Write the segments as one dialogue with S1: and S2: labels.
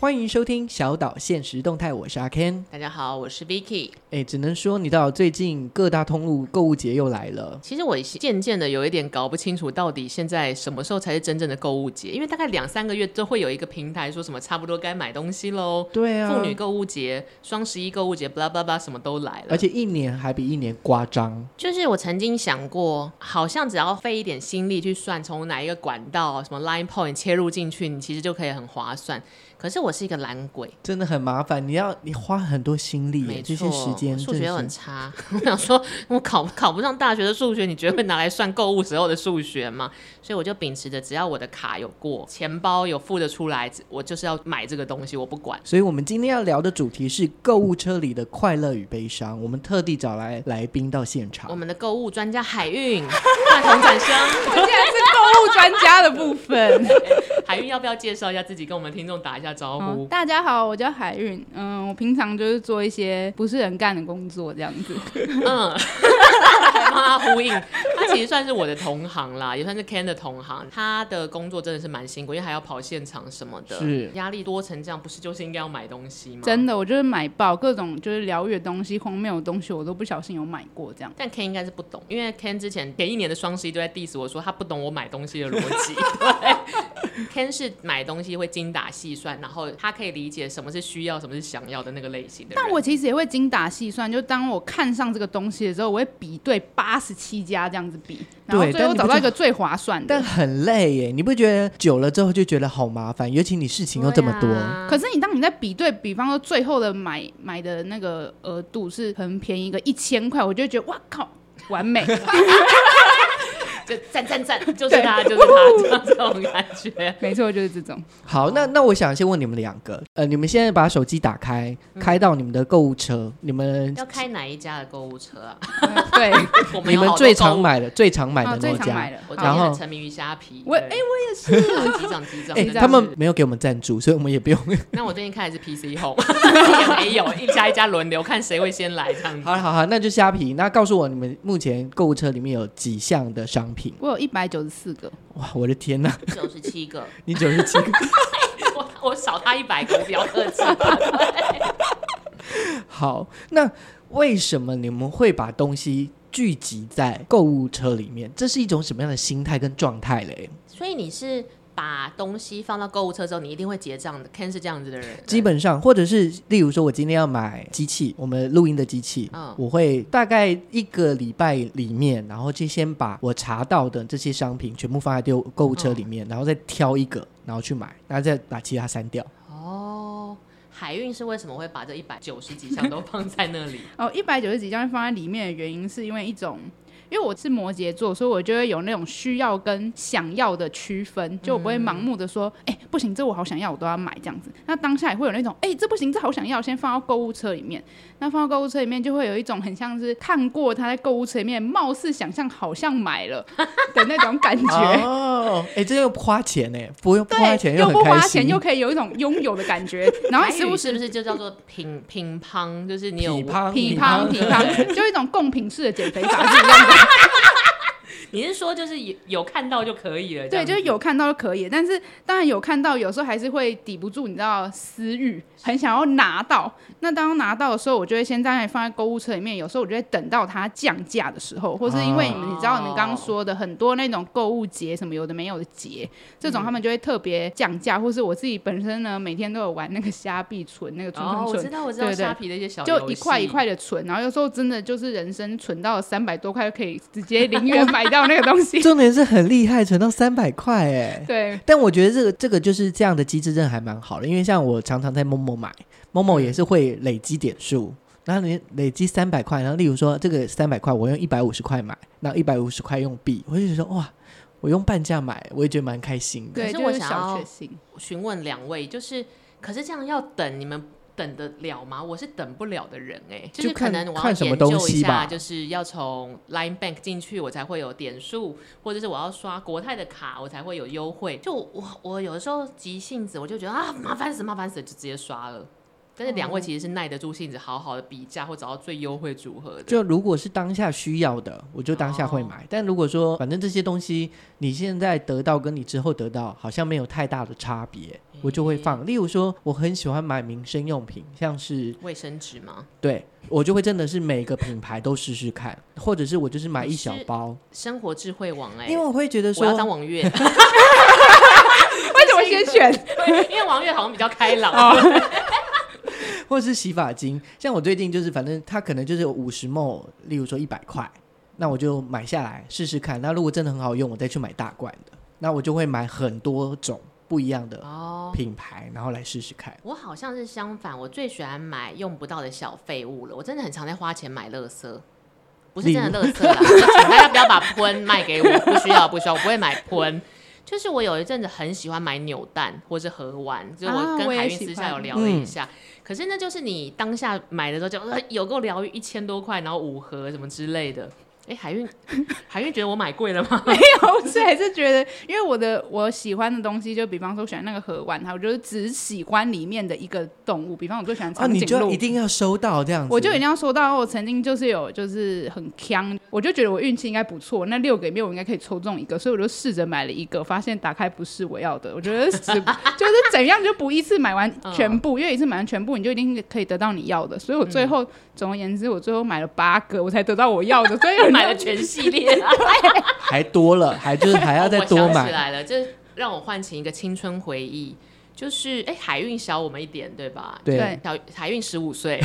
S1: 欢迎收听小岛现实动态，我是阿 Ken。
S2: 大家好，我是 Vicky。
S1: 哎，只能说你到最近各大通路购物节又来了。
S2: 其实我渐渐的有一点搞不清楚，到底现在什么时候才是真正的购物节？因为大概两三个月都会有一个平台说什么差不多该买东西喽，
S1: 对啊，
S2: 妇女购物节、双十一购物节，blah blah blah，什么都来了。
S1: 而且一年还比一年夸张。
S2: 就是我曾经想过，好像只要费一点心力去算从哪一个管道、什么 Line Point 切入进去，你其实就可以很划算。可是我是一个懒鬼，
S1: 真的很麻烦，你要你花很多心力耶，
S2: 没
S1: 这
S2: 错，
S1: 些时间
S2: 我数
S1: 真
S2: 学
S1: 是
S2: 很差。 我想说，我考考不上大学的数学，你觉得会拿来算购物时候的数学吗？所以我就秉持着，只要我的卡有过，钱包有付得出来，我就是要买这个东西，我不管。
S1: 所以，我们今天要聊的主题是购物车里的快乐与悲伤。我们特地找来来宾到现
S2: 我
S1: 场，
S2: 们的购物专家海运，大同转香，
S3: 竟然是购物专家的 部分。
S2: 海运要不要介绍一下自己，跟我们听众打一下招
S3: 嗯
S2: 呼？
S3: 大家好，我叫海运。嗯，我平常就是做一些不是人干的工作，这样 子。
S2: 嗯，还帮他呼应。他其实算是我的同行啦，也算是 Ken 的同行。他的工作真的是蛮辛苦，因为还要跑现场什么的，
S1: 是
S2: 压力多成这样，不是就是应该要买东西吗？
S3: 真
S2: 的。
S3: 的，我就是买爆各种就是疗愈的东西、荒谬的东西，我都不小心有买过这样。
S2: 但 Ken 应该是不懂，因为 Ken 之前前一年的双十一都在 diss 我说他不懂我买东西的逻辑。对，Ken 是买东西会精打细算，然后他可以理解什么是需要，什么是想要的那个类型
S1: 啊
S2: 的人。
S3: 但我其实也会精打细算，就当我看上这个东西的时候，我会比对八十七家这样子比，然后
S1: 对
S3: 最
S1: 但
S3: 后
S1: 你不
S3: 找到
S1: 知
S3: 一个最划算
S1: 但
S3: 的。
S1: 很累耶。你不觉得久了之后就觉得好麻烦？尤其你事情又这么多，
S2: 对啊
S3: 可是你当你在比对，比方说最后的买买的那个额度是很便宜个一千块，我就会觉得哇靠，完美。
S2: 就赞赞赞，就是他，就是他， 这样这种感觉。
S3: 没错，就是这种。
S1: 好，那那我想先问你们两个，呃，你们现在把手机打开，
S3: 嗯
S1: 开到你们的购物车，你们
S2: 要开哪一家的购物车啊？
S3: 嗯 对，
S2: 我们
S1: 你
S2: 有
S1: 们
S2: 好多
S1: 最
S2: 购
S1: 常
S2: 物，
S1: 买的最常买
S3: 啊
S1: 的
S3: 最
S1: 那
S3: 常买
S1: 家，
S3: 的，
S2: 我最
S3: 好
S1: 然
S2: 近
S1: 后
S2: 很沉迷于虾皮。
S3: 我
S2: 对
S3: 哎
S2: 啊 机长机长，
S1: 哎
S2: 真，的
S1: 他们
S2: 是
S1: 没有给我们赞助，所以我们也不用。
S2: 那我最近开的是 PC Home，也 没有一家一家轮流看谁会先来这样子。
S1: 好了，好好，那就虾皮。那告诉我，你们目前购物车里面有几项的商品？
S3: 我有一百九十四个，
S1: 哇，我的天哪，
S2: 九十七个，
S1: 你九十七个。
S2: 我我少他一百个，我比较客气。
S1: 好，那为什么你们会把东西聚集在购物车里面？这是一种什么样的心态跟状态嘞？
S2: 所以你是把东西放到购物车之后，你一定会结账的。Ken 是这样子的人，
S1: 基本上，或者是例如说，我今天要买机器，我们录音的机器，
S2: 嗯
S1: 我会大概一个礼拜里面，然后就先把我查到的这些商品全部放在丢购物车里
S3: 嗯
S1: 面，然后再挑一个，然后去买，然后再把其他删掉。
S2: 哦。海运是为什么会把这一百九十几 项都放在那里？
S3: 哦，一百九十几张放在里面的原因是因为一种。因为我是摩羯座，所以我就会有那种需要跟想要的区分，就我不会盲目的说，哎、不行，这我好想要，我都要买这样子。那当下也会有那种，哎、这不行，这好想要，先放到购物车里面。那放到购物车里面，就会有一种很像是看过他在购物车里面，貌似想象好像买了 的那种感觉。
S1: 哦，哎、这又花钱呢，不用不花钱
S3: 对，又
S1: 很
S3: 不
S1: 开
S3: 花
S1: 心，
S3: 钱，又可以有一种拥有的 感觉。然后
S2: 海
S3: 时
S2: 运
S3: 不
S2: 是
S3: 时
S2: 不是就叫做乒乒乓？就是你有
S3: 哦
S1: 匹乓
S3: 乒
S1: 乓
S3: 乓乒 乓，就一种共频式的减肥法 是一样的。
S2: 你是说就是有有看到就可以了？这
S3: 对，
S2: 样
S3: 就是
S2: 子
S3: 有看到就可以，但是当然有看到，有时候还是会抵不住你知道私欲，很想要拿到。那当拿到的时候，我就会先在那里放在购物车里面。有时候我就会等到它降价的时候，或是因为你们你知道你们刚刚说的很多那种购物节什么有的没有的节，这种他们就会特别降价，或是我自己本身呢每天都有玩那个虾币存那个存
S2: 哦，我
S3: 存
S2: 知
S3: 存。
S2: 道，我知道
S3: 对对
S2: 虾皮的一些小
S3: 就
S2: 游
S3: 一块一
S2: 戏
S3: 块的存，然后有时候真的就是人生存到三百多块，就可以直接零元买到那个东 西。
S1: 重点是很厉害，存到三百块哎。
S3: 对，
S1: 但我觉得这个这个就是这样的机制，真的还蛮好的。因为像我常常在某某买，某某也是会累积点数，然后你累积三百块，然后例如说这个三百块我用一百五十块买，然后一百五十块用币，我就觉得哇，我用半价买，我也觉得蛮开心的。
S3: 对，
S2: 是
S3: 就
S2: 我
S3: 是
S2: 想
S3: 小
S2: 要
S3: 确幸。
S2: 询问两位，就是可是这样要等你们。等得了吗？我是等不了的人哎、就
S1: 就是
S2: 可
S1: 看
S2: 能我要
S1: 看什么
S2: 研究
S1: 东西
S2: 一下，
S1: 吧
S2: 就是要从 Line Bank 进去，我才会有点数，或者是我要刷国泰的卡，我才会有优惠。就我我有的时候急性子，我就觉得啊麻烦死麻烦死，就直接刷了。但是两
S1: 哦
S2: 位其实是耐得住性子，好好的比价或找到最优惠组合的。
S1: 就如果是当下需要的，我就当下会买。但如果说反正这些东西你现在得到跟你之后得到好像没有太大的差别，我就会放。例如说，我很喜欢买民生用品，像是
S2: 卫生纸吗？
S1: 对我就会真的是每个品牌都试试看，或者是我就是买一小包，
S2: 生活智慧网哎、
S1: 因为我会觉得
S2: 我
S1: 说
S2: 要当王月，
S3: 为什么先选？
S2: 因为王月好像比较开朗。
S3: 哦
S1: 或者是洗发精，像我最近就是，反正它可能就是有五十 ml，例如说一百块，那我就买下来试试看。那如果真的很好用，我再去买大罐的。那我就会买很多种不一样的
S2: 哦，
S1: 品牌，然后来试试看。
S2: 我好像是相反，我最喜欢买用不到的小废物了。我真的很常在花钱买垃圾，不是真的垃 圾啦，请大家不要把喷卖给我，不需要，不需要，我不会买喷。就是我有一阵子很喜欢买扭蛋或是盒玩，就是我
S3: 啊
S2: 跟
S3: 我也
S2: 海运
S3: 喜
S2: 私下
S3: 欢
S2: 有聊了一下。可是那就是你当下买的时候就呃有够疗愈，一千多块，然后五盒什么之类的。哎、海运， 海运觉得我买贵了吗？
S3: 没有，我是还是觉得，因为我的我喜欢的东西，就比方说我喜欢那个盒碗，它我就是只喜欢里面的一个动物，比方我最喜欢
S1: 啊，
S3: 长
S1: 你
S3: 颈鹿。
S1: 就一定要收到这样子，
S3: 我就一定要说到，我曾经就是有就是很强，我就觉得我运气应该不错，那六个里面我应该可以抽中一个，所以我就试着买了一个，发现打开不是我要的， 我觉得是就是怎样就不一次买完全部，因为一次买完全部你就一定可以得到你要的，所以我最后、总而言之，我最后买了八个，我才得到我要的，所以我
S2: 买了全系列、啊
S1: 还多了，还就是还要再多
S2: 我想起
S1: 买。
S2: 来了，这让我唤醒一个青春回忆，就是哎、海运小我们一点，对吧？
S1: 对，
S3: 对
S2: 小海运十 五岁，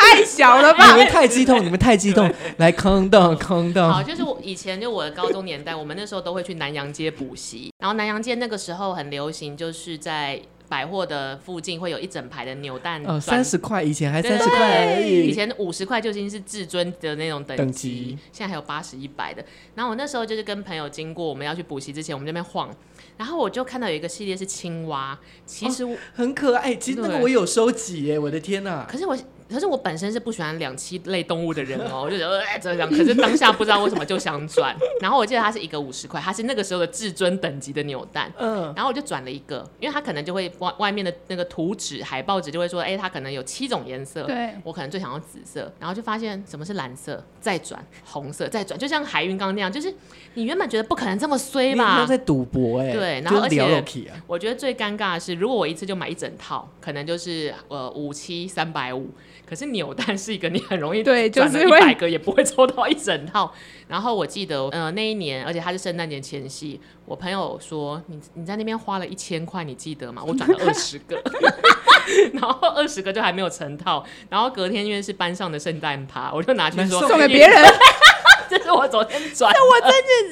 S3: 太小了吧？
S1: 你们太激动，你们太激 动，来空洞空
S2: 好，
S1: 洞。
S2: 就是我以前就我的高中年代，我们那时候都会去南洋街补习，然后南洋街那个时候很流行，就是在百货的附近会有一整排的扭蛋
S1: 哦，
S2: 专，
S1: 三十块，以前还
S2: 对
S1: 三十块而
S2: 以
S1: 已。
S2: 前五十块就已经是至尊的那种等级，
S1: 等级
S2: 现在还有八十、一百的。然后我那时候就是跟朋友经过，我们要去补习之前，我们这边晃，然后我就看到有一个系列是青蛙，
S1: 哦
S2: 其实我、
S1: 很可爱，其实那个
S2: 对
S1: 我有收集耶，我的天呐、
S2: 可是我，可是我本身是不喜欢两栖类动物的人哦，我就觉得哎、这样，可是当下不知道为什么就想转。 然后我记得它是一个五十块，它是那个时候的至尊等级的扭蛋。
S1: 嗯，
S2: 然后我就转了一个，因为它可能就会外外面的那个图纸、海报纸就会说，哎、它可能有七种颜色，
S3: 对
S2: 我可能最想要紫色，然后就发现什么是蓝色，再转红色，再转，就像海云刚刚那样，就是你原本觉得不可能这么衰
S1: 你
S2: 吧
S1: 像，在赌博哎，
S2: 对然
S1: 就
S2: 后
S1: 是
S2: 而且
S1: 聊 l o k 啊，
S2: 我觉得最尴尬的是，如果我一次就买一整套，可能就是呃五七三百五。可是扭蛋是一个你很容易
S3: 对就是
S2: 一
S3: 会
S2: 百个也不会抽到一整套。然后我记得呃那一年，而且它是圣诞节前夕，我朋友说你你在那边花了一千块，你记得吗？我转了二十个， 然后二十个就还没有成套。然后隔天因为是班上的圣诞趴，我就拿去说
S1: 送
S3: 送给别，人。
S2: 这是我昨天转的。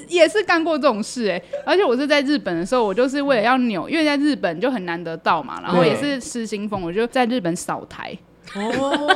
S3: 也是干过这种事哎、而且我是在日本的时候，我就是为了要扭，因为在日本就很难得到嘛，然后
S1: 对
S3: 也是失心疯，我就在日本扫台。
S1: 哦，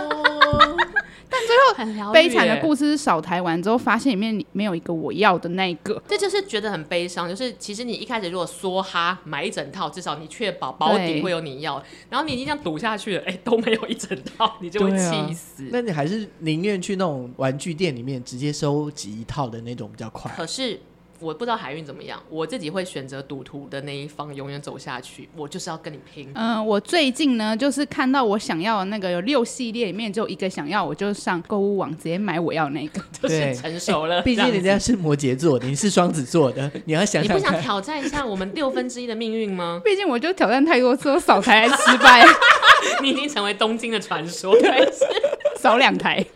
S2: 很疗愈
S3: 悲惨的
S2: 耶
S3: 故事是扫台完之后，发现里面没有一个我要的那一个。
S2: 这就是觉得很悲伤，就是其实你一开始如果梭哈买一整套，至少你确保保底
S3: 对
S2: 会有你要，然后你已经这样赌下去了，哎，都没有一整套，你就会
S1: 对啊
S2: 气死。
S1: 那你还是宁愿去那种玩具店里面直接收集一套的那种比较快。
S2: 可是我不知道海运怎么样，我自己会选择赌徒的那一方，永远走下去，我就是要跟你
S1: 啊
S2: 拼。
S3: 嗯、我最近呢，就是看到我想要的那个有六系列，里面只有一个想要，我就上购物网直接买我要那个。？
S2: 就是
S1: 对哎
S2: 成熟了，
S1: 毕
S2: 这样
S1: 竟
S2: 子
S1: 人家是摩羯座的，你是双子座的，你要想
S2: 你不
S1: 想
S2: 想
S1: 看。
S2: 挑战一下我们六分之一的命运吗
S3: 毕竟我就挑战太多次，我扫台还失败，
S2: 你已经成为东京的传说，对，是
S3: 扫两台。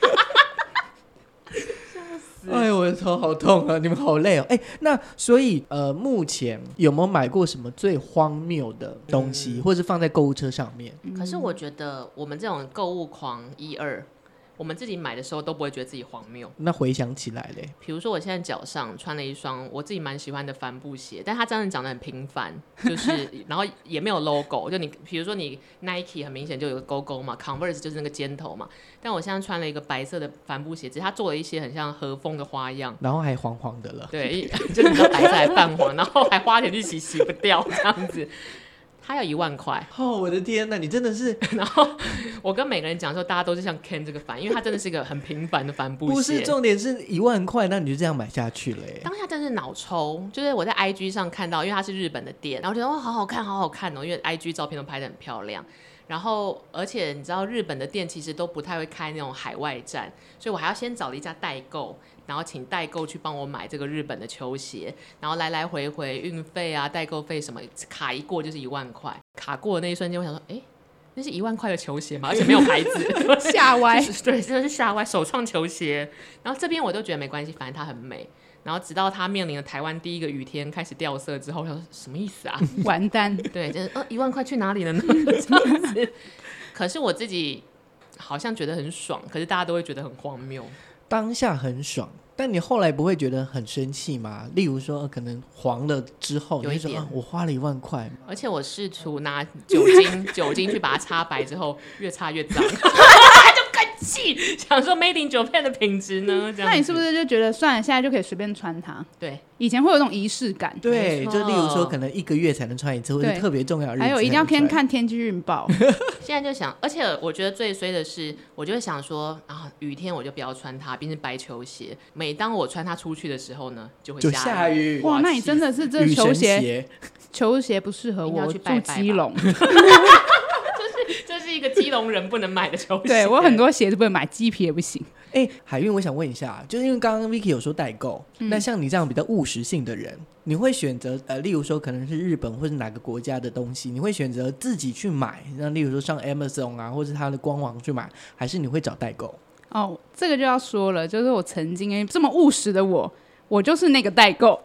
S1: 哎呦，我的头好痛啊！你们好累哦。哎，那所以呃，目前有没有买过什么最荒谬的东
S2: 嗯
S1: 西，或是放在购物车上面？
S2: 可是我觉得我们这种购物狂一二，我们自己买的时候都不会觉得自己荒谬。
S1: 那回想起来嘞，
S2: 比如说，我现在脚上穿了一双我自己蛮喜欢的帆布鞋，但它真的长得很平凡，就是 然后也没有 logo。就你比如说你 Nike 很明显就有个勾勾嘛，Converse 就是那个尖头嘛。但我现在穿了一个白色的帆布鞋，只是它做了一些很像和风的花样，
S1: 然后还黄黄的了。
S2: 对，一 就是你知道白色还泛黄，然后还花钱去洗，洗不掉这样子。它要一 万块，
S1: 哦，我的天呐，你真的 是
S2: 我跟每个人讲说，大家都是像 Ken 这个帆，因为它真的是一个很平凡的帆布鞋。
S1: 不是重点是一万块，那你就这样买下去了耶？
S2: 当下真是脑抽，就是我在 IG 上看到，因为它是日本的店，然后觉得哇，好好看，好好看哦，因为 IG 照片都拍得很漂亮。然后，而且你知道日本的店其实都不太会开那种海外站，所以我还要先找了一家代购，然后请代购去帮我买这个日本的球鞋，然后来来回回运费啊、代购费什么，卡一过就是一万块。卡过的那一瞬间，我想说，哎，那是一万块的球鞋吗？而且没有牌子，
S3: 吓 歪。
S2: 就是对，真的是吓歪，首创球鞋。然后这边我都觉得没关系，反正它很美。然后直到它面临了台湾第一个雨天开始掉色之后，我想说什么意思啊？
S3: 完蛋，
S2: 对，就是呃一万块去哪里了呢？ 这样子。可是我自己好像觉得很爽，可是大家都会觉得很荒谬。
S1: 当下很爽，但你后来不会觉得很生气吗？例如说，呃可能黄了之后，
S2: 有
S1: 你
S2: 一
S1: 就说、
S2: 点
S1: 啊我花了一万块，
S2: 而且我试图拿酒 精酒精去把它擦白之后，越擦越脏， 就更气，想说 Made in Japan 的品质呢？这样子，
S3: 那你是不是就觉得算了，现在就可以随便穿它？
S2: 对？
S3: 以前会有那种仪式感，
S1: 对，
S2: 没错
S1: 就例如说，可能一个月才能穿一次，或者
S3: 对
S1: 特别重要的日子
S3: 啊还有一定要
S1: 才
S3: 偏
S1: 能穿。
S3: 看天气预报。
S2: 现在就想，而且我觉得最衰的是，我就会想说啊，雨天我就不要穿它，毕竟是白球鞋。每当我穿它出去的时候呢，就会
S1: 就
S2: 下
S1: 下雨，
S3: 哇，
S2: 哇
S3: 那你真的是这
S1: 雨
S3: 球
S1: 神
S3: 鞋，
S1: 鞋，
S3: 球鞋不适合
S2: 一定要
S3: 我，
S2: 去拜
S3: 住
S2: 拜
S3: 基
S2: 吧
S3: 隆。
S2: 这是一个基隆人不能买的球鞋。
S3: 对我很多鞋都不能买，鸡皮也不行。
S1: 哎、海运，我想问一下，啊就是因为刚刚 Vicky 有说代购，那像你这样比较务实性的人，你会选择呃，例如说可能是日本或是哪个国家的东西，你会选择自己去买，那例如说上 Amazon 啊，或是它的官网去买，还是你会找代购？
S3: 哦，这个就要说了，就是我曾经这么务实的我，我就是那个代购。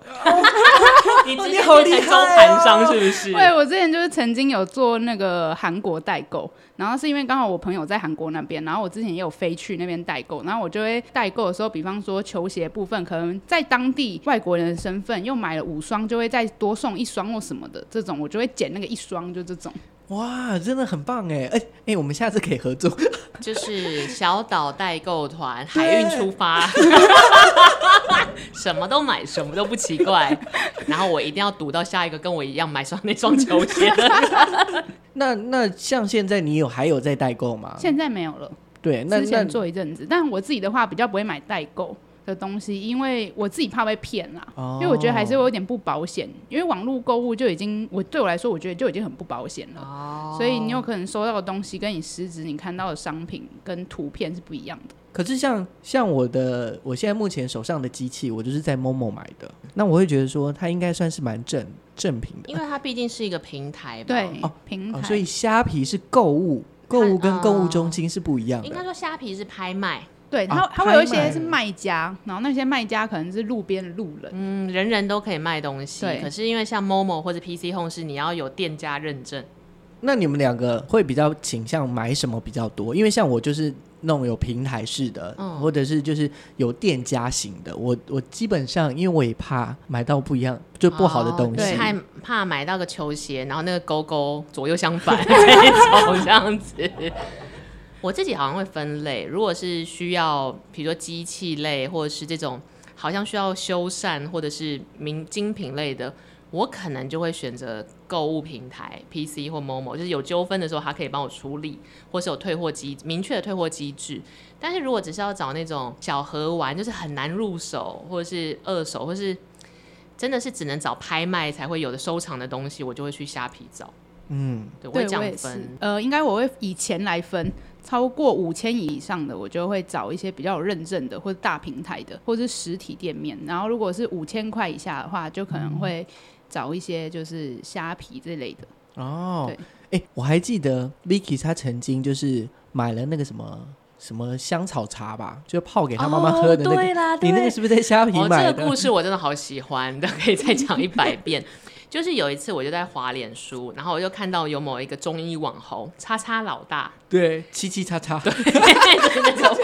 S2: 你直
S1: 你
S2: 接
S1: 好
S2: 变
S1: 厉
S2: 成招
S1: 害
S2: 盘商是不是？
S3: 对， 我之前就是曾经有做那个韩国代购，然后是因为刚好我朋友在韩国那边，然后我之前也有飞去那边代购，然后我就会代购的时候，比方说球鞋部分，可能在当地外国人的身份又买了五双，就会再多送一双或什么的，这种我就会捡那个一双，就这种。
S1: 哇，真的很棒哎！哎、哎、我们下次可以合作。
S2: 就是小岛代购团海运出发， 什么都买，什么都不奇怪。然后我一定要赌到下一个跟我一样买双那双球鞋 的人。
S1: 那那像现在你有还有在代购吗？
S3: 现在没有了。
S1: 对，那
S3: 之
S1: 那
S3: 前做一阵子，但我自己的话比较不会买代购的东西，因为我自己怕被骗啦。
S1: 哦
S3: 因为我觉得还是会有点不保险，因为网络购物就已经我对我来说，我觉得就已经很不保险了。
S2: 哦
S3: 所以你有可能收到的东西跟你实质你看到的商品跟图片是不一样的。
S1: 可是像像我的，我现在目前手上的机器，我就是在 Momo 买的，那我会觉得说它应该算是蛮正正品的
S2: 因。为它毕竟是一个平台吧，
S3: 对，
S1: 哦
S3: 平台、
S1: 哦，所以虾皮是购物，购物跟购物中心是不一样
S2: 呃应该
S1: 的。
S2: 说虾皮是拍卖，
S3: 对它、
S1: 啊
S3: 它会有一
S1: 拍卖
S3: 些是卖家，然后那些卖家可能是路边的路人。
S2: 嗯，人人都可以卖东西
S3: 对。
S2: 可是因为像 Momo 或者 PC Home 是你要有店家认证，
S1: 那你们两个会比较倾向买什么比较多？因为像我就是那种有平台式的，
S2: 嗯
S1: 或者是就是有店家型的。我我基本上因为我也怕买到不一样就不好的东
S2: 哦
S1: 西
S3: 对，
S2: 太怕买到个球鞋，然后那个勾勾左右相反 那种这样子。我自己好像会分类，如果是需要，比如说机器类，或者是这种好像需要修缮或者是名精品类的，我可能就会选择购物平台 PC 或 Momo，就是有纠纷的时候，它可以帮我处理，或是有退货机明确的退货机制。但是如果只是要找那种小盒玩，就是很难入手，或者是二手，或是真的是只能找拍卖才会有的收藏的东西，我就会去虾皮找。
S1: 嗯，
S2: 对，我
S3: 对
S2: 会这
S3: 我
S2: 样
S3: 也是
S2: 分。。
S3: 呃，应该我会以钱来分，超过五千以上的，我就会找一些比较有认证的，或者大平台的，或者是实体店面。然后如果是五千块以下的话，就可能会找一些就是虾皮这类的。
S1: 哦
S3: 对，
S1: 哎、我还记得 Vicky 她曾经就是买了那个什么什么香草茶吧，就泡给她妈妈喝的那个。
S2: 哦、对啦，对
S1: 你那个是不是在虾皮
S2: 哦，
S1: 买
S2: 这
S1: 的？
S2: 个故事我真的好喜欢， 都可以再讲一百遍。就是有一次，我就在滑脸书，然后我就看到有某一个中医网红叉叉老大，
S1: 对，七七叉叉。
S2: 那种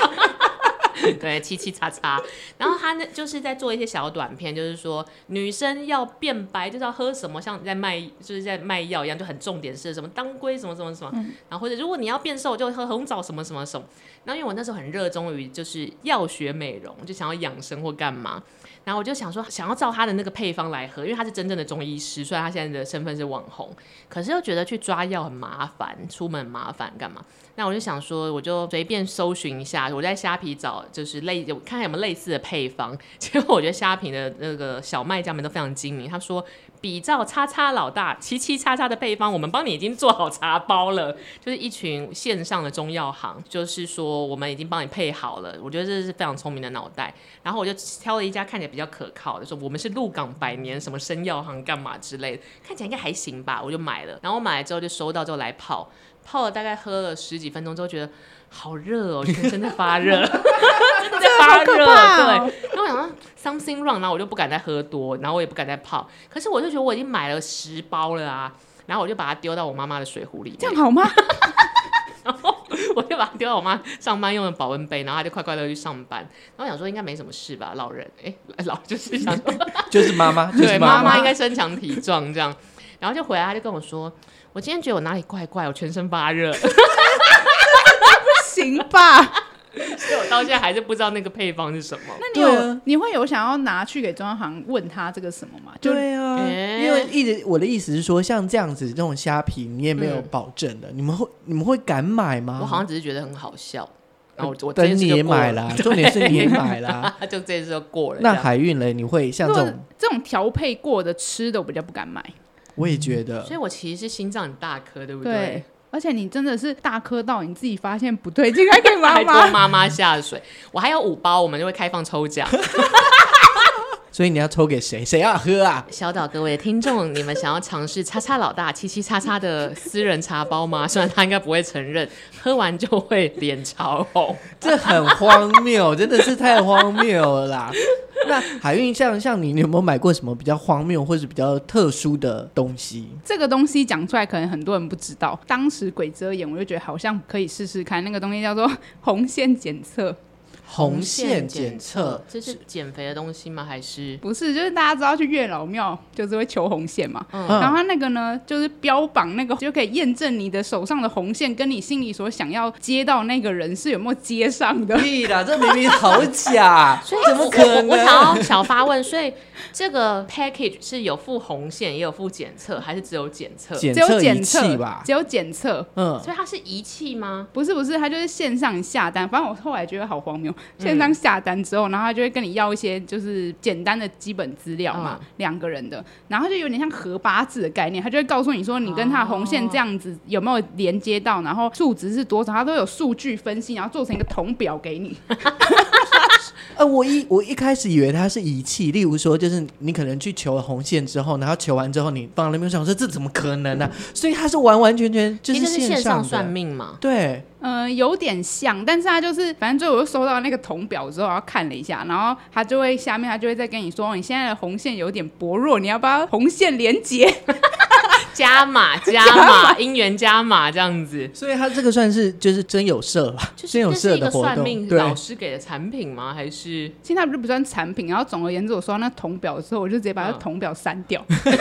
S2: 对，七七叉叉。然后他呢，就是在做一些小短片，就是说女生要变白就是要喝什么，像在卖就是在卖药一样，就很重点是什么当归什么什么什么，然后或者如果你要变瘦就喝红枣什么什么什么。然后因为我那时候很热衷于就是药学美容，就想要养生或干嘛。然后我就想说，想要照他的那个配方来喝，因为他是真正的中医师，虽然他现在的身份是网红，可是又觉得去抓药很麻烦，出门很麻烦干嘛？那我就想说，我就随便搜寻一下，我在虾皮找就是类有看看有没有类似的配方。 结果我觉得虾皮的那个小卖家们都非常精明，他说比照叉叉老大七七叉叉的配方，我们帮你已经做好茶包了，就是一群线上的中药行，就是说我们已经帮你配好了。我觉得这是非常聪明的脑袋。然后我就挑了一家看起来比较可靠的，说我们是鹿港百年什么生药行干嘛之类的，看起来应该还行吧，我就买了。然后我买了之后就收到之后来泡，泡了大概喝了十几分钟之后觉得好热哦，全身在发热， 真的在发热，对。
S3: 哦
S2: 然后我想说 something wrong，然后我就不敢再喝多，然后我也不敢再泡。可是我就觉得我已经买了十包了啊，然后我就把它丢到我妈妈的水壶里面，
S3: 这样好吗？
S2: 我就把它丢到我妈上班用的保温杯，然后她就快快乐乐去上班。然后我想说应该没什么事吧，老人哎、老就是 想说
S1: 就是妈妈，就
S2: 对
S1: 是
S2: 妈
S1: 妈
S2: 妈
S1: 妈
S2: 应该身强体壮这样。然后就回来，她就跟我说：“我今天觉得我哪里怪怪，我全身发热， 所
S3: 不 行吧？
S2: 以我到现在还是不知道那个配方是什么。
S3: 那你
S1: 对
S3: 有
S1: 啊
S3: 你会有想要拿去给中央行问他这个什么吗？就
S1: 对啊，
S2: 哎
S1: 因为一直我的意思是说，像这样子这种虾皮，你也没有
S2: 嗯
S1: 保证的，你们会你们会敢买吗？
S2: 我好像只是觉得很好笑，然后我我这
S1: 等
S2: 件事
S1: 你
S2: 就
S1: 也
S2: 过
S1: 买
S2: 了，啊
S1: 啦，重点是你也买啦。
S2: 就这件事就过了。
S1: 那
S2: 这样
S1: 海运嘞，你会像
S3: 如
S1: 啊这
S3: 果
S1: 种？
S3: 这种调配过的吃的，我比较不敢买。
S1: 我也觉得
S2: 所以，我其实是心脏很大颗，对不
S3: 对？，而且你真的是大颗到你自己发现不对劲，还给妈
S2: 还 拖
S3: 妈。
S2: 妈妈下水，我还有五包，我们就会开放抽奖。
S1: 所以你要抽给谁？谁要喝啊？
S2: 小岛各位的听众，你们想要尝试叉叉老大七七叉叉的私人茶包吗？ 虽然他应该不会承认，喝完就会脸潮红。
S1: 这很荒谬， 真的是太荒谬了啦。那海运像像你，你有没有买过什么比较荒谬或是比较特殊的东西？
S3: 这个东西讲出来，可能很多人不知道。当时鬼遮眼，我就觉得好像可以试试看。那个东西叫做红线检测，
S1: 红线检测，
S2: 这是减肥的东西吗？还是
S3: 不是，就是大家知道去月老庙就是会求红线嘛。然
S1: 嗯，
S3: 后它那个呢，就是标榜那个就可以验证你的手上的红线跟你心里所想要接到那个人是有没有接上的。
S1: 屁啦，这明明好假，
S2: 所以
S1: 怎么可能？
S2: 我我想要小发问，所以这个 package 是有附红线，也有附检测，还是呃只有检测？
S1: 检
S3: 只有
S1: 测
S3: 检
S1: 仪
S3: 测
S1: 器吧？
S3: 只有检测，
S1: 嗯，
S2: 所以它是仪器吗？
S3: 不是不是，它就是线上下单。反正我后来觉得好荒谬，线上下单之后，然后他就会跟你要一些就是简单的基本资料嘛，两个人的，然后就有点像合八字的概念，他就会告诉你说你跟他的红线这样子有没有连接到，然后数值是多少，他都有数据分析，然后做成一个铜表给你。
S1: 呃，我一我一开始以为它是仪器，例如说，就是你可能去求红线之后，然后求完之后你放那边，我想说这怎么可能呢、啊所以它是完完全全就
S2: 其
S1: 是
S2: 实是线
S1: 上
S2: 上
S1: 的
S2: 算 命嘛？
S1: 对，
S3: 呃，有点像，但是他就是，反正最后我就收到那个铜表之后，然后看了一下，然后他就会下面他就会再跟你说，哦你现在的红线有点薄弱，你要不要红线连接？
S2: 加码加码，姻缘加码这样子。
S1: 所以它这个算是就是真有社吧，
S2: 就是
S1: 真有
S2: 这是
S1: 社
S2: 一个
S1: 的活
S2: 算
S1: 动，
S2: 命
S1: 对，
S2: 老师给的产品吗？还是
S3: 现在不是不算产品，然后总而言之，我收到那铜表之后，我就直接把
S2: 嗯
S3: 那铜表删掉，
S2: 你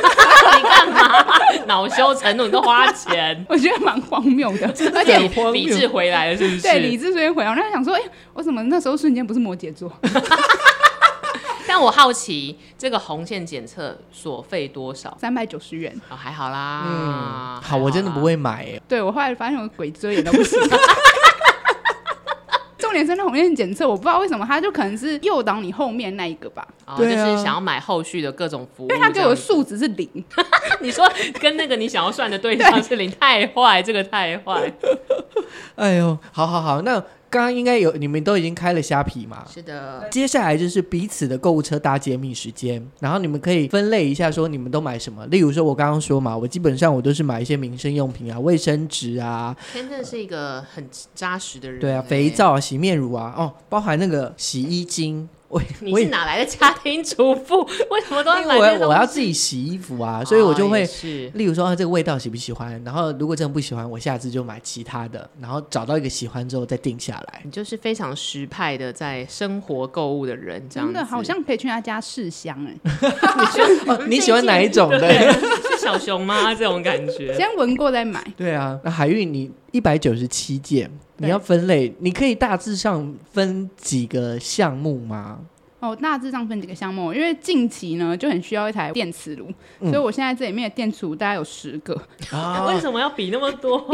S2: 干嘛？ 恼羞成怒，你都花钱，
S3: 我觉得蛮荒谬 的。而
S1: 这
S3: 且
S1: 很荒谬
S2: 理智回来了是不是？
S3: 对理智瞬间回来，我那时想说，哎、我怎么那时候瞬间不是摩羯座？
S2: 但我好奇这个红线检测所费多少？
S3: 三百九十元。
S2: 哦，还好啦。
S1: 嗯，
S2: 还
S1: 好，我真的
S2: 啦
S1: 不。会买耶，
S3: 对我后来发现我鬼遮眼都不行。 重点是那红线检测，我不知道为什么，他就可能是诱导你后面那一个吧，
S2: 哦，就
S1: 对
S2: 是
S1: 啊
S2: 想要买后续的各种服务。
S3: 因为他给我的
S2: 这样
S3: 数值是零，
S2: 子，你说跟那个你想要算的对象是零，太坏，这个太坏。
S1: 哎呦，好好好，那刚刚应该有你们都已经开了虾皮嘛，
S2: 是的，
S1: 接下来就是彼此的购物车大揭秘时间，然后你们可以分类一下，说你们都买什么。例如说，我刚刚说嘛，我基本上我都是买一些民生用品啊，卫生纸啊，
S2: 真的是一个很扎实的人。
S1: 对啊，
S2: 欸
S1: 肥。皂啊、洗面乳啊，哦，包含那个洗衣精。我
S2: 你
S1: 我
S2: 是
S1: 也
S2: 哪来的家庭主妇？为什么都要
S1: 因
S2: 买
S1: 为我
S2: 这些
S1: 要我
S2: 东
S1: 要
S2: 西
S1: 自己洗衣服啊，所以我就
S2: 哦
S1: 会
S2: 也，是
S1: 例如说、啊、这个味道喜不喜欢，然后如果真的不喜欢，我下次就买其他的，然后找到一个喜欢之后再定下来。
S2: 你就是非常实派的在生活购物的人，这样子
S3: 真的好像可以去他家试香哎、
S1: 哦，你喜欢哪一种的？
S2: 对，是小熊吗？这种感 觉。
S3: 先闻过再买。
S1: 对啊，那海运你一百九十七件，
S3: 对
S1: 你要分类，你可以大致上分几个项目吗？
S3: 哦，大致上分几个项目，因为近期呢就很需要一台电磁炉，
S2: 哦哎
S3: 哎所以我现在这里面的电磁炉大概有十个，
S1: 啊
S2: 为什么要比那么多？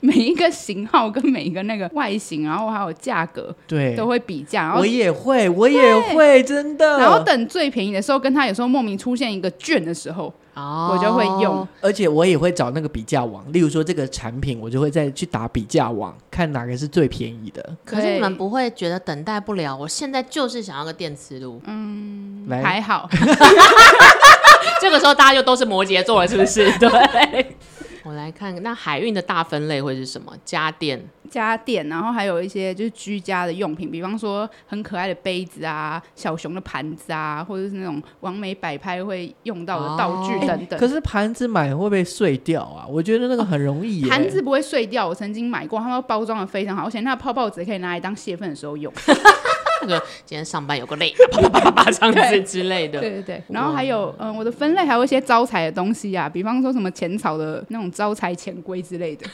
S3: 每一个型号跟每一个那个外形，然后还有价格
S1: 对，
S3: 都会比价，然后
S1: 我也会，我也会，真的。
S3: 然后等最便宜的时候，跟他有时候莫名出现一个券的时候，
S2: 哦
S3: 我就会用。
S1: 而且我也会找那个比价网，例如说这个产品，我就会再去打比价网，看哪个是最便宜的。
S2: 可是你们
S3: 对
S2: 不会觉得等待不了？我现在就是想要个电磁炉。
S1: 来，
S3: 嗯还好，
S2: 这个时候大家就都是摩羯座了，是不是？ 对。我来看，那海运的大分类会是什么？家电，
S3: 家电，然后还有一些就是居家的用品，比方说很可爱的杯子啊、小熊的盘子啊，或者是那种完美摆拍会用到的道具
S2: 哦
S3: 等等。
S1: 可是盘子买会不会碎掉啊？我觉得那个很容易耶。
S3: 盘子不会碎掉，我曾经买过，他们包装的非常好，而且那泡泡纸可以拿来当泄愤的时候用。
S2: 那个今天上班有个 累，啪啪啪啪啪这样子之类的。
S3: 对对对，然后还有嗯，我的分类还有一些招财的东西啊，比方说什么浅草的那种招财钱龟之类的。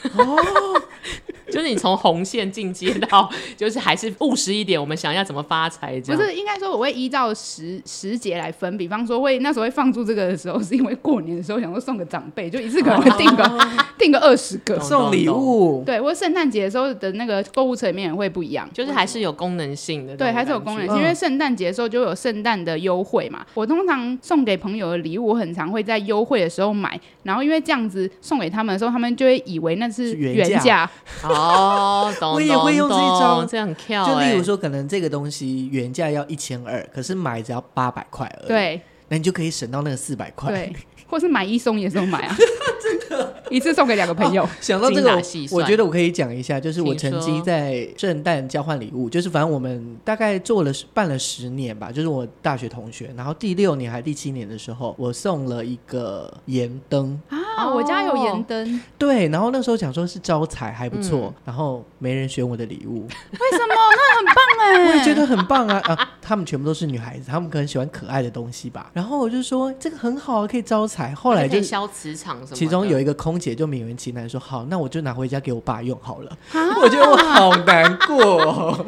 S2: 就是你从红线进阶到，就是还是务实一点，我们想要怎么发财这
S3: 不
S2: 样。
S3: 是，应该说我会依照时时节来分，比方说会那时候会放出这个的时候，是因为过年的时候想说送给长辈，就一次可能会订个、
S2: 哦
S3: 订个二十个，
S1: 哎送礼物，
S3: 对，或者圣诞节的时候的那个购物车里面也会不一样，
S2: 就是还是有功能性的。
S3: 对，还是有功能性，
S1: 嗯
S3: 因为圣诞节的时候就有圣诞的优惠嘛。我通常送给朋友的礼物，我很常会在优惠的时候买，然后因为这样子送给他们的时候，他们就会以为那是
S1: 是原
S3: 原
S1: 价
S3: 价，
S2: 哦，懂
S1: 我也会用这一招
S2: 懂懂这样跳、
S1: 就
S2: 欸。
S1: 例如说，可能这个东西原价要一千二，可是买只要八百块而已，，
S3: 对
S1: 那你就可以省到那个四百块。
S3: 对，或是买一送一的时候买啊，真的，一次送给两个朋友。
S1: 想到这
S2: 精
S1: 个
S2: 打细，算
S1: 我觉得我可以讲一下，就是我
S2: 请
S1: 曾
S2: 说
S1: 经在圣诞交换礼物，就是反正我们大概做了办了十年吧，就是我大学同学，然后第六年还是第七年的时候，我送了一个盐灯，
S3: 啊，我家有盐灯，
S1: 对，然后那时候想说是招财还不
S2: 嗯
S1: 错，然后没人选我的礼 物，
S3: 为什么？那很棒哎、
S1: 我也觉得很棒啊啊！他们全部都是女孩子，他们可能喜欢可爱的东西吧，然后我就说这个很好啊，可以招财，后来
S2: 可
S1: 就
S2: 以。消磁场什么的。
S1: 其中有一个空姐就勉为其难说：“好，那我就拿回家给我爸用好了。我觉得我好难过哦、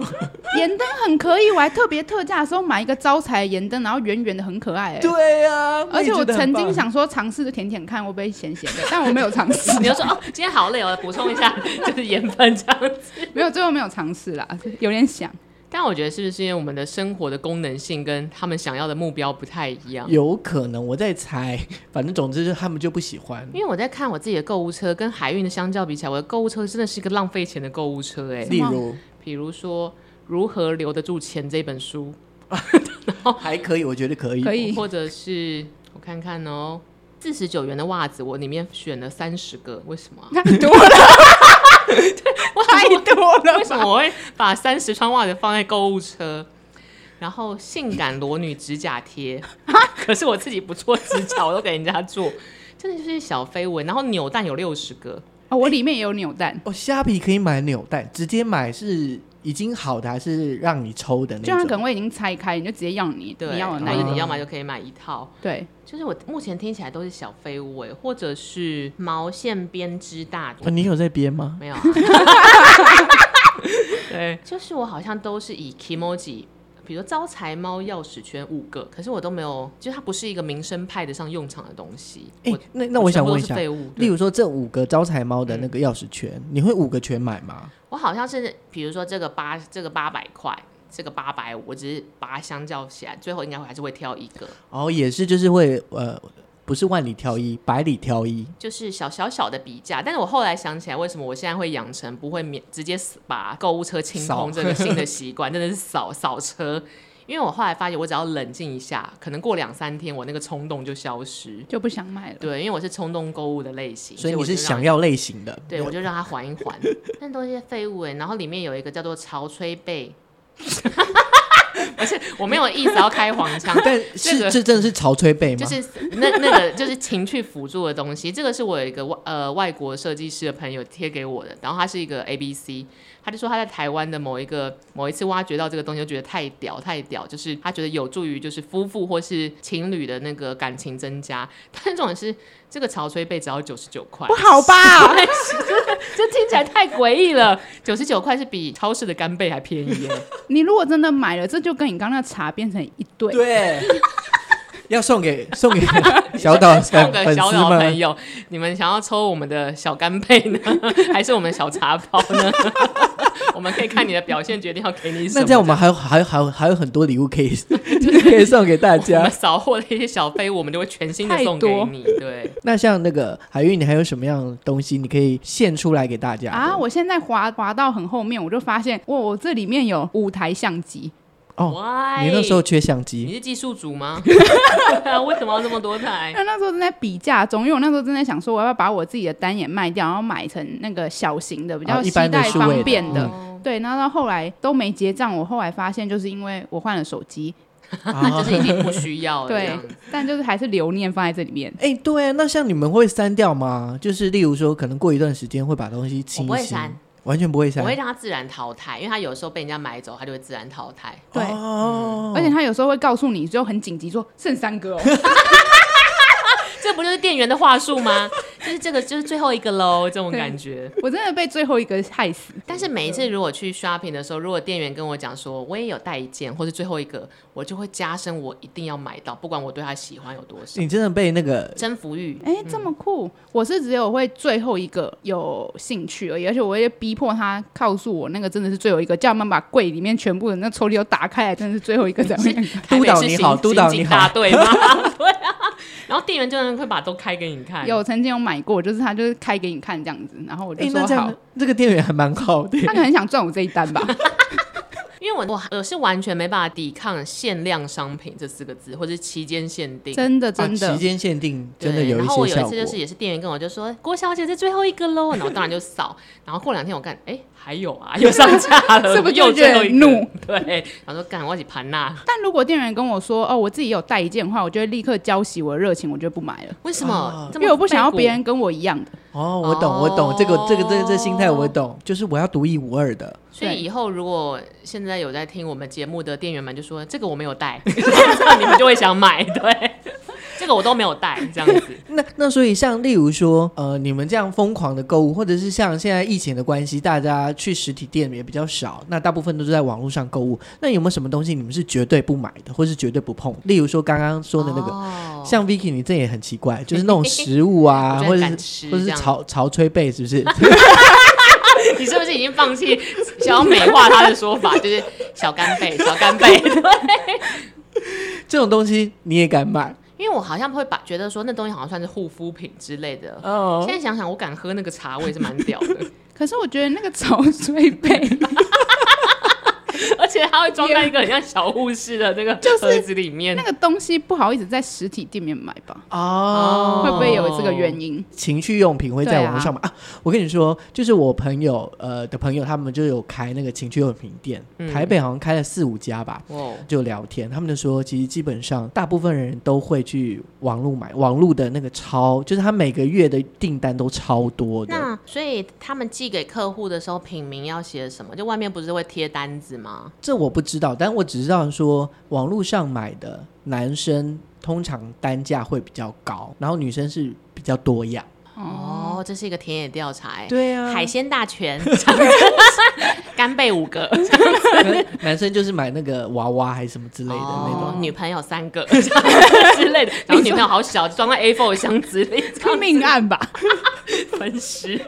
S3: 盐灯很可以，我还特别特价的时候买一个招财的盐灯，然后圆圆的，很可爱、欸。
S1: 对啊，
S3: 而且
S1: 也
S3: 我
S1: 觉得很
S3: 曾
S1: 棒
S3: 经，想说尝试着舔舔看会不会咸咸的，但我没有尝试，
S2: 你就说哦，今天好累哦，补充一 下就是盐分这样子。
S3: 没有最后没有尝试啦，有点想。
S2: 但我觉得是不是因为我们的生活的功能性跟他们想要的目标不太一样？
S1: 有可能我在猜，反正总之就是他们就不喜欢。
S2: 因为我在看我自己的购物车，跟海运的相较比起来，我的购物车真的是一个浪费钱的购物车哎、
S1: 例如
S2: 比如说《如何留得住钱》这本书，
S1: 哦还可以，我觉得可以，
S3: 可以
S2: 或者是我看看哦，四十九元的袜子，我里面选了三十个，为什么啊、
S3: 太多了，
S2: 我
S3: 太多了吧，
S2: 为什么我会把三十双袜子放在购物车？然后性感裸女指甲 贴，可是我自己不做指甲，我都给人家做，真的就是小绯闻。然后扭蛋有六十个，
S3: 啊我里面也有扭蛋，
S1: 哦，虾皮可以买扭蛋，直接买是已经好的，还是让你抽的
S3: 就它
S1: 那
S3: 可
S1: 种？
S3: 能会已经拆开，你就直接要你
S2: 对，
S3: 你要的
S2: 或
S3: 那
S2: 者
S3: 一
S2: 你
S3: 个。
S2: 要么就可以买一套。
S3: 对，
S2: 就是我目前听起来都是小飞舞、欸，或者是毛线编织大
S1: 啊、你有在编吗？
S2: 没有、 啊。对，就是我好像都是以 Kimoji，比如招财猫钥匙圈五个，可是我都没有，就是它不是一个民生派得上用场的东西。
S1: 哎、
S2: 我
S1: 那那我想问一
S2: 全
S1: 下
S2: 部都是，废物。
S1: 例
S2: 对
S1: 如说这五个招财猫的那个钥匙圈，你会五个全买吗？
S2: 我好像是，比如说这个八，这个八百块，这个八百五，我只是把它相较起来，最后应该我还是会挑一个，
S1: 哦，也是，就是会呃，不是万里挑一，百里挑一。
S2: 就是小小小的比价。但是我后来想起来，为什么我现在会养成不会免直接把购物车清空
S1: 扫
S2: 这个新的习惯，真的是扫扫车。因为我后来发现，我只要冷静一下，可能过两三天，我那个冲动就消失。
S3: 就不想买了。
S2: 对，因为我是冲动购物的类型，
S1: 所以
S2: 我
S1: 你是
S2: 就让
S1: 想要类型的，
S2: 对，我就让它缓一缓。那都是一些废物哎、然后里面有一个叫做潮吹背， 不是，我没有意思要开黄 腔，
S1: 但
S2: 这
S1: 是、
S2: 个
S1: 这真的是潮吹背吗？
S2: 就是那那个就是情趣辅助的东西。这个是我有一个外呃外国设计师的朋友贴给我的，然后他是一个 A B C，他就说他在台湾的某一个某一次挖掘到这个东西，就觉得太屌太屌，就是他觉得有助于就是夫妇或是情侣的那个感情增加。 但重点是这个潮吹被只要九十九块
S3: 不。好吧？
S2: 这听起来太诡异了。九十九块是比超市的干贝还便宜耶。
S3: 你如果真的买了，这就跟你刚刚那茶变成一对，
S1: 对， 要送给送 给小岛的
S2: 送给
S1: 哎粉
S2: 小
S1: 丝
S2: 岛
S1: 吗
S2: 朋？友，你们想要抽我们的小干贝呢， 还是我们的小茶包呢？ 我们可以看你的表现决定要给你什么。
S1: 那这样我们还有还有还有还有很多礼物可以可以送给大
S2: 我们
S1: 家。
S2: 扫货的一些小飞，我们就会全新的
S3: 太
S2: 送给
S3: 多
S2: 你。对，
S1: 那像那个海运，你还有什么样的东西你可以献出来给大家的
S3: 啊！我现在滑滑到很后面，我就发现，哇，我这里面有五台相机，
S1: 哦，
S2: 哇，
S1: 你那时候缺相机
S2: 你是技术 组吗？ 为什么要这么多台
S3: 因？为那时候正在比价中，因为我那时候正在想说，我要不要把我自己的单眼卖掉，然后买成那个小型的，比
S1: 哦
S3: 较
S1: 一
S3: 携
S1: 般的
S3: 带
S1: 数位的嗯
S3: 方便的。
S2: 哦
S3: 对，那到后来都没结账，我后来发现就是因为我换了手机，
S1: 啊
S2: 就？是已经不需要了。
S3: 对
S2: 哦这样子
S3: 但就是还是留念放在这里面。
S1: 哎、对啊，那像你们会删掉吗？就是例如说，可能过一段时间会把东西
S2: 我
S1: 清
S2: 不会
S1: 一清
S2: 删，
S1: 完全不会删
S2: 我。会让它自然淘汰，因为它有时候被人家买走，它就会自然淘汰。
S3: 对
S1: 哦
S3: 而且他有时候会告诉你，就很紧急说剩三个哦，
S2: 这不就是店员的话术吗？就是这个，就是最后一个喽，这种感觉。
S3: 我真的被最后一个害死。
S2: 但是每一次如果去 shopping 的时候，如果店员跟我讲说我也有带一件或是最后一个，我就会加深我一定要买到，不管我对它喜欢有多少。
S1: 你真的被那个
S2: 征服欲，
S3: 哎、这么酷！我是只有会最后一个有兴趣而已，而且我会逼迫他告诉我那个真的是最后一个，叫他们把柜里面全部的那抽屉都打开来，真的是最后一个才会那 个。
S1: 督导
S2: 台北
S1: 你
S2: 市
S1: 好
S2: 刑
S1: 督导
S2: 刑
S1: 你
S2: 警
S1: 好
S2: 大队吗？ 对啊，然后店员就能会把都开给你看。
S3: 有曾经有买过，就是他就是开给你看这样子，然后我
S1: 哎、
S3: 就说
S1: 那这
S3: 好
S1: 样，这个店员还蛮好的。
S3: 他可能想赚我这一单 吧。
S2: 因为我我我是完全没办法抵抗限量商品这四个字，或是期间限定。
S3: 真的真
S1: 啊
S3: 的
S1: 期，间限定
S2: 对
S1: 真的有一
S2: 然后我
S1: 些
S2: 有一
S1: 效
S2: 次
S1: 果。
S2: 就是也是店员跟我就说郭小姐是最后一个喽，然后当然就扫，然后过两天我看哎还有啊又上架 了，
S3: 是不是
S2: 又
S3: 就觉
S2: 最
S3: 得
S2: 后一个
S3: 怒？
S2: 对，然后说干我起盘呐，
S3: 但如果店员跟我说哦，我自己有带一件的话，我就会立刻浇熄我的热情，我就不买了，
S2: 为什么
S1: 啊？
S2: 这
S3: 哦因
S2: 么
S3: 为我不想要
S2: 复古
S3: 别人跟我一样的。
S1: 哦，我懂，我懂，这个这个这个这个心态
S2: 哦
S1: 我懂，就是我要独一无二的。
S2: 所
S3: 对
S2: 以以后如果现在有在听我们节目的店员们就说这个我没有带， 这样你们就会想买，对，这个我都没有带，这样子。
S1: 那那所以像例如说，呃，你们这样疯狂的购物，或者是像现在疫情的关系，大家去实体店也比较少，那大部分都是在网络上购物。那有没有什么东西你们是绝对不买的，或是绝对不碰？例如说刚刚说的那个，
S2: 哦
S1: 像 Vicky 你这也很奇怪，就是那种食物啊，
S2: 我
S1: 或
S2: 就很
S1: 者
S2: 敢
S1: 是
S2: 吃
S1: 或者
S2: 这
S1: 是
S2: 样
S1: 潮潮吹背，是不 是？
S2: 你是不是已经放弃想要美化他的说法，就是小干贝，小干贝？对，
S1: 这种东西你也敢买？
S2: 因为我好像会把觉得说那东西好像算是护肤品之类
S3: 呃
S2: 的。
S1: 哦
S2: 现在想想，我敢喝那个茶，我也是蛮屌的，
S3: 可是我觉得那个潮水杯
S2: 而且它会装在一个很像小护士的 那个
S3: 就是
S2: 盒子里面
S3: 那。个东西不好意思在实体店面买吧，
S1: 哦，
S3: 会不会有这个原因？
S1: 情趣用品会在网络上买啊我跟你说，就是我朋友呃的朋友，他们就有开那个情趣用品店，
S2: 嗯
S1: 台北好像开了四五家吧。
S2: 哦，
S1: 就聊天，他们就说，其实基本上大部分人都会去网络买，网络的那个超，就是他每个月的订单都超多的。
S2: 那所以他们寄给客户的时候，品名要写什么？就外面不是会贴单子吗？
S1: 这我不知道，但我只知道说，网络上买的男生通常单价会比较高，然后女生是比较多 样。
S2: 哦，这是一个田野调查、欸。
S1: 对啊，
S2: 海鲜 大全，干贝五个，
S1: 男生就是买那个娃娃还是什么之类的那种。
S2: 哦女朋友三 个之类的，然后女朋友好小，装在 A4 箱子里，
S3: 是命案吧？
S2: 分尸。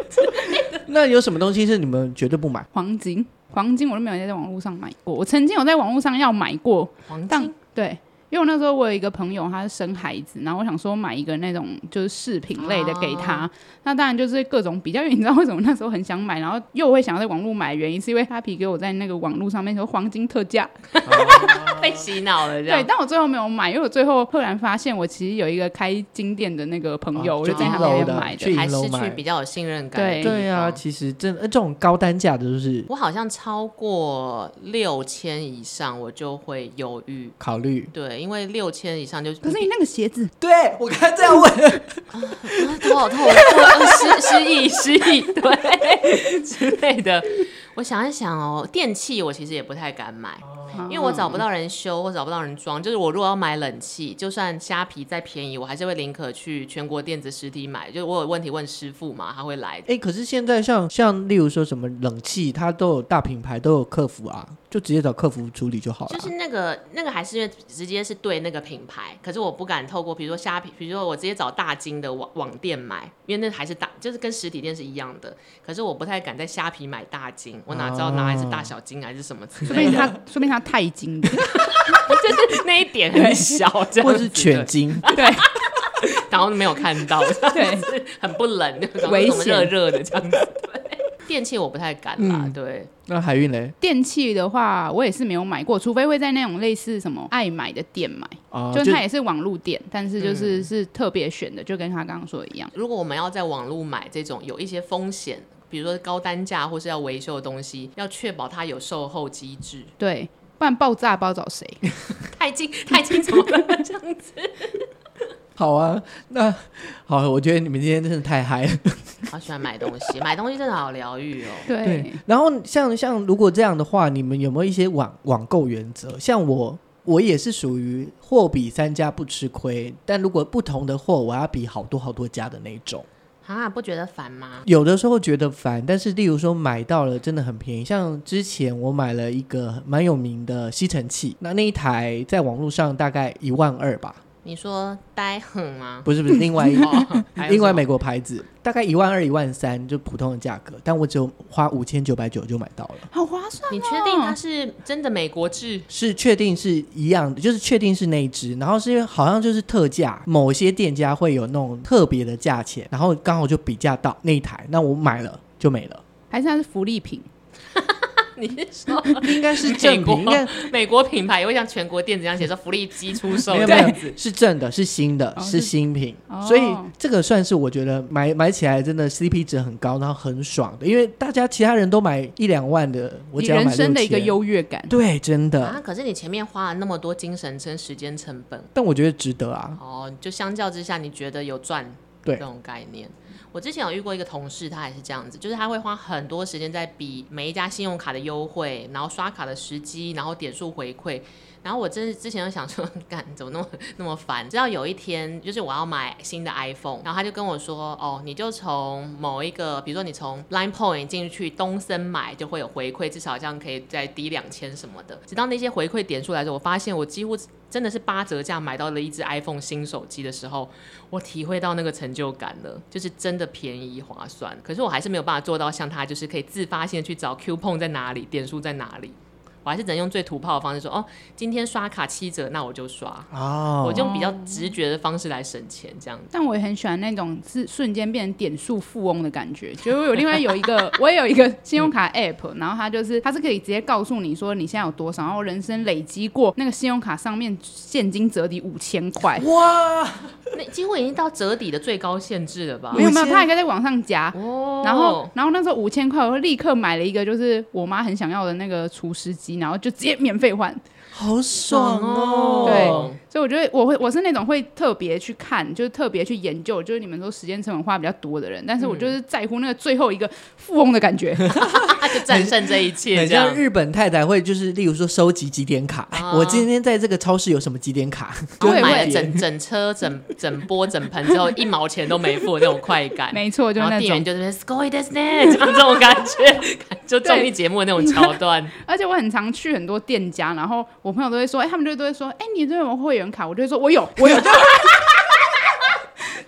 S1: 那有什么东西是你们绝对不买？
S3: 黄金，黄金我都没有在网络上买过，我曾经有在网络上要买过，
S2: 黄
S3: 但
S2: 金
S3: 对。因为我那时候我有一个朋友，他是生孩子，然后我想说买一个那种就是饰品类的给他，那当然就是各种比较，因为你知道为什么那时候很想买，然后又会想要在网络买，原因是因为哈皮给我在那个网络上面说黄金特价，
S2: 被洗脑了，这
S3: 对，
S2: 样。
S3: 但我最后没有买，因为我最后突然发现我其实有一个开金店的那个朋友，
S1: 哦
S3: 我就
S1: 就
S3: 在他
S2: 一
S3: 那
S1: 楼
S3: 边
S1: 的
S3: 买的，
S1: 去
S2: 还
S1: 银楼
S2: 是去
S1: 买
S2: 比较有信任感的地
S3: 对
S2: 方。
S1: 对啊，其实真的这种高单价的，就是
S2: 我好像超过六千以上，我就会犹豫。
S1: 考虑。
S2: 对，因为六千以上就
S3: 可是你那个鞋子，
S1: 对我刚才这样问，
S2: 啊头好痛，我我失失忆失忆， 对之类的。我想一想哦，电器我其实也不太敢买，
S3: 嗯
S2: 因为我找不到人修，或找不到人装，就是我如果要买冷气，就算虾皮再便宜，我还是会宁可去全国电子实体买。就是我有问题问师傅嘛，他会来。
S1: 哎、可是现在像像例如说什么冷气，它都有大品牌都有客服啊，就直接找客服处理就好了。啊
S2: 就是那个那个还是因为直接是对那个品牌，可是我不敢透过比如说虾皮，比如说我直接找大金的网网店买，因为那还是大，就是跟实体店是一样的。可是我不太敢在虾皮买大金，我哪知道哪里是大小金还是什么之
S3: 说不
S2: 类
S3: 定
S2: 的，
S3: 他，说不定他太精的，
S2: 就是那一点很小，这样
S1: 或
S2: 子
S1: 是全金，
S2: 然后没有看到，
S3: 对，
S2: 很 不冷，然后
S3: 危
S2: 怎么热
S3: 险
S2: 热的这样子。对，电器我不太敢啦，
S1: 嗯
S2: 对，
S1: 那海运嘞
S3: 电器的话，我也是没有买过，除非会在那种类似什么爱买的店买，
S1: 啊，
S3: 就
S1: 就嗯
S3: 它也是网络店，但是就是、是特别选的，就跟他刚刚说的一样。
S2: 如果我们要在网络买这种有一些风险，比如说高单价或是要维修的东西，要确保它有售后机制。
S3: 对，不然爆炸包找谁？
S2: 太近 太近怎么了？这样 子
S1: 好啊。那好，我觉得你们今天真的太嗨了。
S2: 好喜欢买东西，买东西真的好疗愈哦。
S3: 对，
S1: 对，然后像像如果这样的话，你们有没有一些网网购原则？像我，我也是属于货比三家不吃亏，但如果不同的货，我要比好多好多家的那一种。
S2: 啊，不觉得烦吗？
S1: 有的时候觉得烦，但是例如说买到了真的很便宜，像之前我买了一个蛮有名的吸尘器，那那一台在网络上大概一万二吧，
S2: 你说呆哼 吗？
S1: 不是不是，另外一
S2: 哦，还有
S1: 另外
S2: 什么
S1: 美国牌子大概一万二一万三就普通的价格，但我只有花五千九百九就买到了。
S3: 好划算。
S2: 你确定它是真的美国制？
S1: 是确定是一样的，就是确定是那一只，然后是因为好像就是特价，某些店家会有那种特别的价钱，然后刚好就比价到那一台，那我买了就没 了，
S3: 还是它是福利品，
S2: 哦你是说
S1: 应该是
S2: 美
S1: 正
S2: 国
S1: 品，应该
S2: 美国品牌也会像全国电子一样写说福利机出售
S1: 没 有
S2: 这
S1: 没有
S2: 样子？
S1: 是正的，是新的，
S3: 哦
S1: 是
S3: 是
S1: 新品，
S3: 哦
S1: 所以这个算是我觉得买买起来真的 CP 值很高，然后很爽的，因为大家其他人都买一两万的，我
S3: 你
S1: 只要买
S3: 人生的一个
S1: 6000，
S3: 优越感。
S1: 对，真的，
S2: 啊！可是你前面花了那么多精神跟时间成本，
S1: 但我觉得值得啊，
S2: 哦，就相较之下，你觉得有赚
S1: 对
S2: 这种概念？我之前有遇过一个同事，他也是这样子，就是他会花很多时间在比每一家信用卡的优惠，然后刷卡的时机，然后点数回馈。然后我真是之前就想说，干怎么那么 那么烦？直到有一天，就是我要买新的 iPhone，然后他就跟我说，哦，你就从某一个，比如说你从 Line Point 进去东森买，就会有回馈，至少这样可以再抵两千什么的。直到那些回馈点数来说，我发现我几乎真的是八折价买到了一只 iPhone 新手机的时候，我体会到那个成就感了，就是真的便宜划算。可是我还是没有办法做到像他，就是可以自发性的去找 coupon 在哪里，点数在哪里。我还是只能用最土炮的方式说，哦，今天刷卡七折，那我就刷。
S1: 哦，
S2: 我就用比较直觉的方式来省钱，这样子。
S3: 但我也很喜欢那种是瞬间变成点数富翁的感觉。就是我有另外有一个， 我也有一个信用卡 app，然后它就是它是可以直接告诉你说你现在有多少，然后人生累积过那个信用卡上面现金折抵五千块。
S1: 哇，
S2: 哦那几乎已经到折抵的最高限制了吧
S3: 没？有没有，
S1: 5000
S3: 它还可以再往上加。
S2: 哦
S3: 然后，然后那时候五千块，我立刻买了一个，就是我妈很想要的那个厨师机，然后就直接免费换。
S1: 好爽哦，
S3: 对，所以我觉得我会，我是那种会特别去看，就是特别去研究，就是你们说时间成本花比较多的人，但
S2: 嗯
S3: 是我就是在乎那个最后一个富翁的感 觉。
S2: 他就战胜这一切，
S1: 很
S2: 这样
S1: 像。日本太太会，就是例如说收集几点卡，
S2: 啊
S1: 我今天在这个超市有什么几点卡，
S2: 就
S3: 对
S2: 买
S3: 我
S2: 了
S3: 也
S2: 整整车、整整波、整盆之后，一毛钱都没付那种快感。
S3: 没错，就是
S2: 然后
S3: 那
S2: 店员就
S3: 种。
S2: 在那边 “score this net” 这样这种感觉，就综艺节目的那种桥段。
S3: 而且我很常去很多店家，然后我朋友都会说，哎、他们就都会说，哎、你这有没有会员卡？我就会说我有，我有。就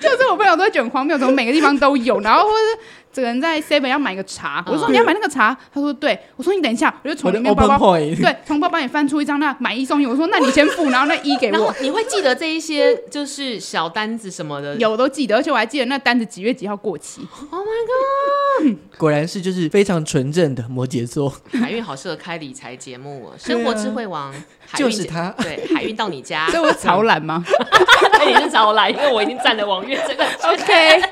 S3: 就是我朋友都会觉得很荒谬，怎么每个地方都有，然后或者是这个人在 seven 要买个茶，我就说
S2: 嗯
S3: 你要买那个茶，他说对，我说你等一下，我
S1: 我
S3: 就从里
S1: 的
S3: 面
S1: open
S3: 包包，
S1: point，
S3: 对，从包包里翻出一张那买一送一，我说那你先付，然后那一给
S2: 然
S3: 我
S2: 后，你会记得这一些就是小单子什么的，？Oh
S3: 有都记得，而且我还记得那单子几月几号 过期。
S1: 果然是就是非常纯正的摩羯座，
S2: 海运好适合开理财节目哦，生活智慧王，海运
S1: 就是
S2: 姐
S1: 他
S2: 对，海运到你家，
S3: 所以我草懒吗
S2: 哎，你是找我来，因为我已经占了王月这个
S3: ？OK，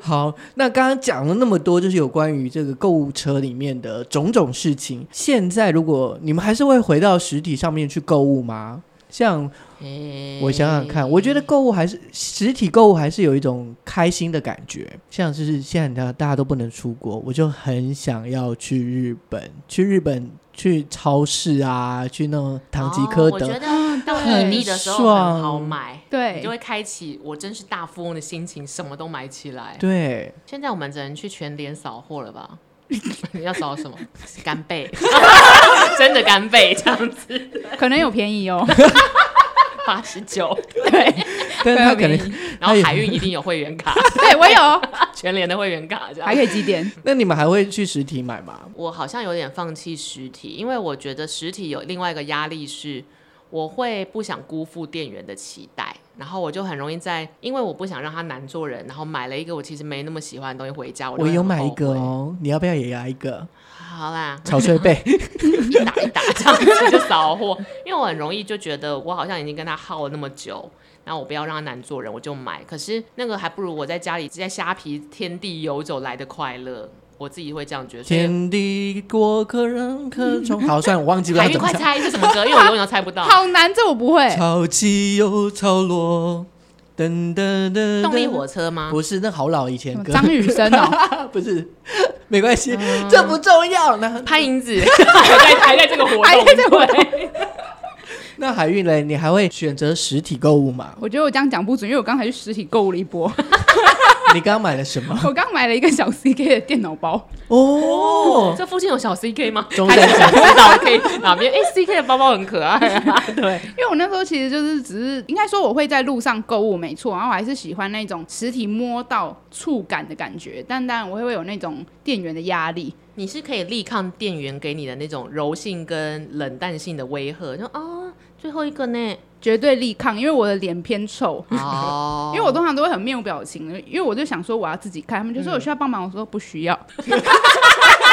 S1: 好，那刚刚讲了那么多，就是有关于这个购物车里面的种种事情。现在如果你们还是会回到实体上面去购物吗？像
S2: 嘿
S1: 我想想看，我觉得购物还是实体购物还是有一种开心的感觉。像就是现在你知道大家都不能出国，我就很想要去日本，去日本去超市啊，去那种唐吉
S2: 哦
S1: 诃
S2: 我
S1: 德，
S2: 觉得到
S1: 很
S2: 年底的时候很好
S1: 爽
S2: 买，你
S3: 对
S2: 就，会开启我真是大富翁的心情，什么都买起来。
S1: 对，
S2: 现在我们只能去全联扫货 了吧？你要扫什么？干贝， 真的干贝，这样子
S3: 可能有便宜 哦。
S2: 八十九，
S1: 但是他
S3: 会有
S1: 可能
S3: 便宜
S2: 然后海运一定有会 员卡，
S3: 对我有，
S2: 全联的会员卡这样
S3: 还。可以几点？
S1: 那你们还会去实体买吗？
S2: 我好像有点放弃实体，因为我觉得实体有另外一个压力是，我会不想辜负店员的期待，然后我就很容易在，因为我不想让他难做人，然后买了一个我其实没那么喜欢的东西回家，我就
S1: 我
S2: 会
S1: 有
S2: 很
S1: 买
S2: 后
S1: 一个
S2: 悔。
S1: 哦，你要不要也来一个？
S2: 好啦，
S1: 炒脆贝，
S2: 一打一打这样子就扫货， 因为我很容易就觉得我好像已经跟他耗了那么久，然后我不要让他难做人，我就买。可是那个还不如我在家里在虾皮天地游走来的快乐，我自己会这样觉得。所 以
S1: 天地过客人客 中。好，算了，我忘记了
S2: 海
S1: 要
S2: 运
S1: 怎么
S2: 快
S1: 唱。
S2: 猜是什么歌，因为我永远都猜不到。
S3: 好难，这我不
S2: 哎
S3: 会。
S1: 潮起又潮落，噔噔噔。
S2: 动力火车吗？
S1: 不是，那好老以
S3: 什
S1: 前
S3: 么
S1: 歌，
S3: 张雨生哦，
S1: 不是，没关系，
S2: 嗯
S1: 这不重要。那
S2: 潘迎紫还在还在这个活动，
S3: 还在哎这个活
S2: 对
S1: 那海运嘞，你还会选择实体购物吗？
S3: 我觉得我这样讲不准，因为我刚才去实体购物了一波，
S1: 你刚买了什么？
S3: 我刚买了一个小 CK 的电脑包，
S1: 哦，
S2: 这附近有小 CK 吗？
S1: 中
S2: 还
S1: 山
S2: 是想知道可以哪边？哎，CK 的包包很可爱啊，对，
S3: 因为我那时候其实就是只是应该说我会在路上购物没错，然后我还是喜欢那种实体摸到触感的感觉，但当然我会有那种店员的压力，
S2: 你是可以力抗店员给你的那种柔性跟冷淡性的威吓，就啊、最后一个 呢，
S3: 绝对力抗，因为我的脸偏臭。
S2: 哦
S3: 因为我通常都会很面无表情，因为我就想说我要自己看，他们就说我需要帮忙，我说不需要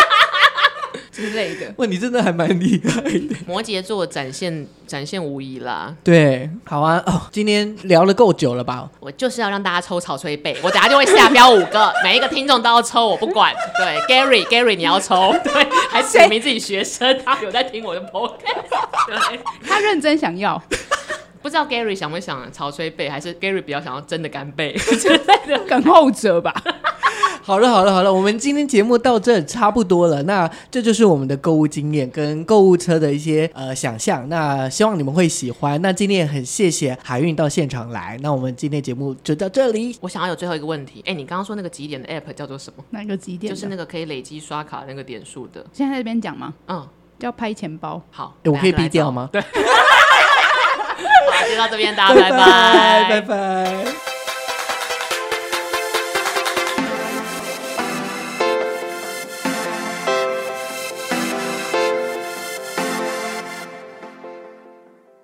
S3: 之类的。
S1: 哇，你真的还蛮厉害的。
S2: 摩羯座展现展现无疑啦，
S1: 对，好啊，哦，今天聊了够久了吧？
S2: 我就是要让大家抽草吹背，我等下就会下标五个， 每一个听众都要抽，我不管。对，Gary Gary 你要抽， 对，还指明自己学生， 他有在听我的 podcast，对。
S3: 他认真想要，
S2: 不知道 Gary 想不想潮吹背，还是 Gary 比较想要真的干背？
S3: 梗后者吧。
S1: 好了好了好了，我们今天节目到这差不多了。那这就是我们的购物经验跟购物车的一些呃想象。那希望你们会喜欢。那今天也很谢谢海运到现场来。那我们今天节目就到这里。
S2: 我想要有最后一个问题，哎、你刚刚说那个几点的 app 叫做什么？
S3: 那个几点
S2: 就
S3: 的？
S2: 是那个可以累积刷卡那个点数的。
S3: 现在在这边讲吗？
S2: 嗯，
S3: 叫拍钱包。
S2: 好，
S1: 哎诶我可以逼
S2: 等下来
S1: 掉
S2: 找？
S1: 吗？
S2: 好，就到这边，大家 拜
S1: 拜拜。
S2: 拜
S1: 拜